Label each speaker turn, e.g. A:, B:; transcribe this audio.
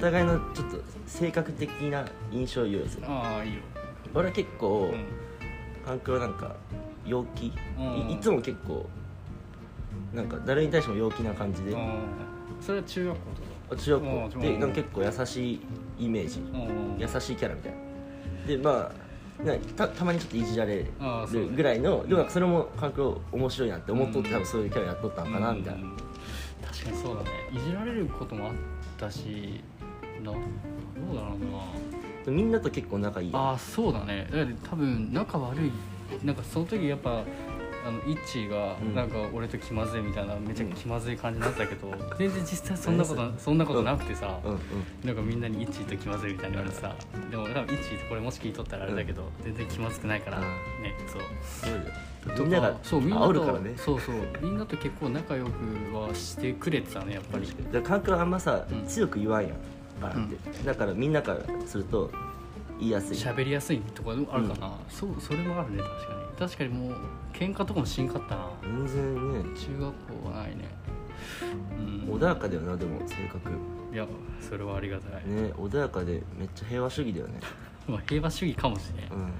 A: 互いのちょっと性格的な印象を言うする
B: ああいいよ
A: 俺は結構、
B: うん
A: 環境なんか陽気い
B: うん
A: いつも結構なんか誰に対しても陽気な感じで
B: あーそれは中学校とか
A: 中
B: うん
A: 学
B: う
A: 校
B: ん
A: でなんか結構優しいイメージ
B: うん
A: 優しいキャラみたいなでまあなたたまにちょっといじられる
B: あーそうね
A: ぐらいのでもなんかそれも環境面白いなって思っとって
B: うん
A: 多分そういうキャラやっとったのかなみたいな
B: うん確かにそうだねいじられることもあったしなどうだろうな
A: でみんなと結構仲いいよ
B: ああそうだねだって多分仲悪いなんかその時やっぱあのイッチーが
A: うん
B: なんか俺と気まずいみたいなめちゃ気まずい感じになったけど、全然実際そんなことそんなことなくてさ、
A: うんうん
B: なんかみんなにイッチーと気まずいみたいに言われてさでも多分イッチーとこれもし聞いとったらあれだけど、全然気まずくないから
A: う
B: ね
A: ん
B: そう
A: そうだよ
B: とか
A: みんなが
B: そうみんなと
A: 煽るからね
B: そうそうみんなと結構仲良くはしてくれてたねやっぱり
A: だから環境あんまさ、
B: うん
A: 強く言わんやんバーンって、だからみんなからすると言いやすい
B: 喋りやすいところもあるかな、そうそれもあるね確かに確かにもう喧嘩とかもしんかったな
A: 全然ね
B: 中学校はないねうん
A: 穏やかだよなでも性格
B: いやそれはありがたい、
A: ね穏やかでめっちゃ平和主義だよね
B: まあ平和主義かもしれん
A: うん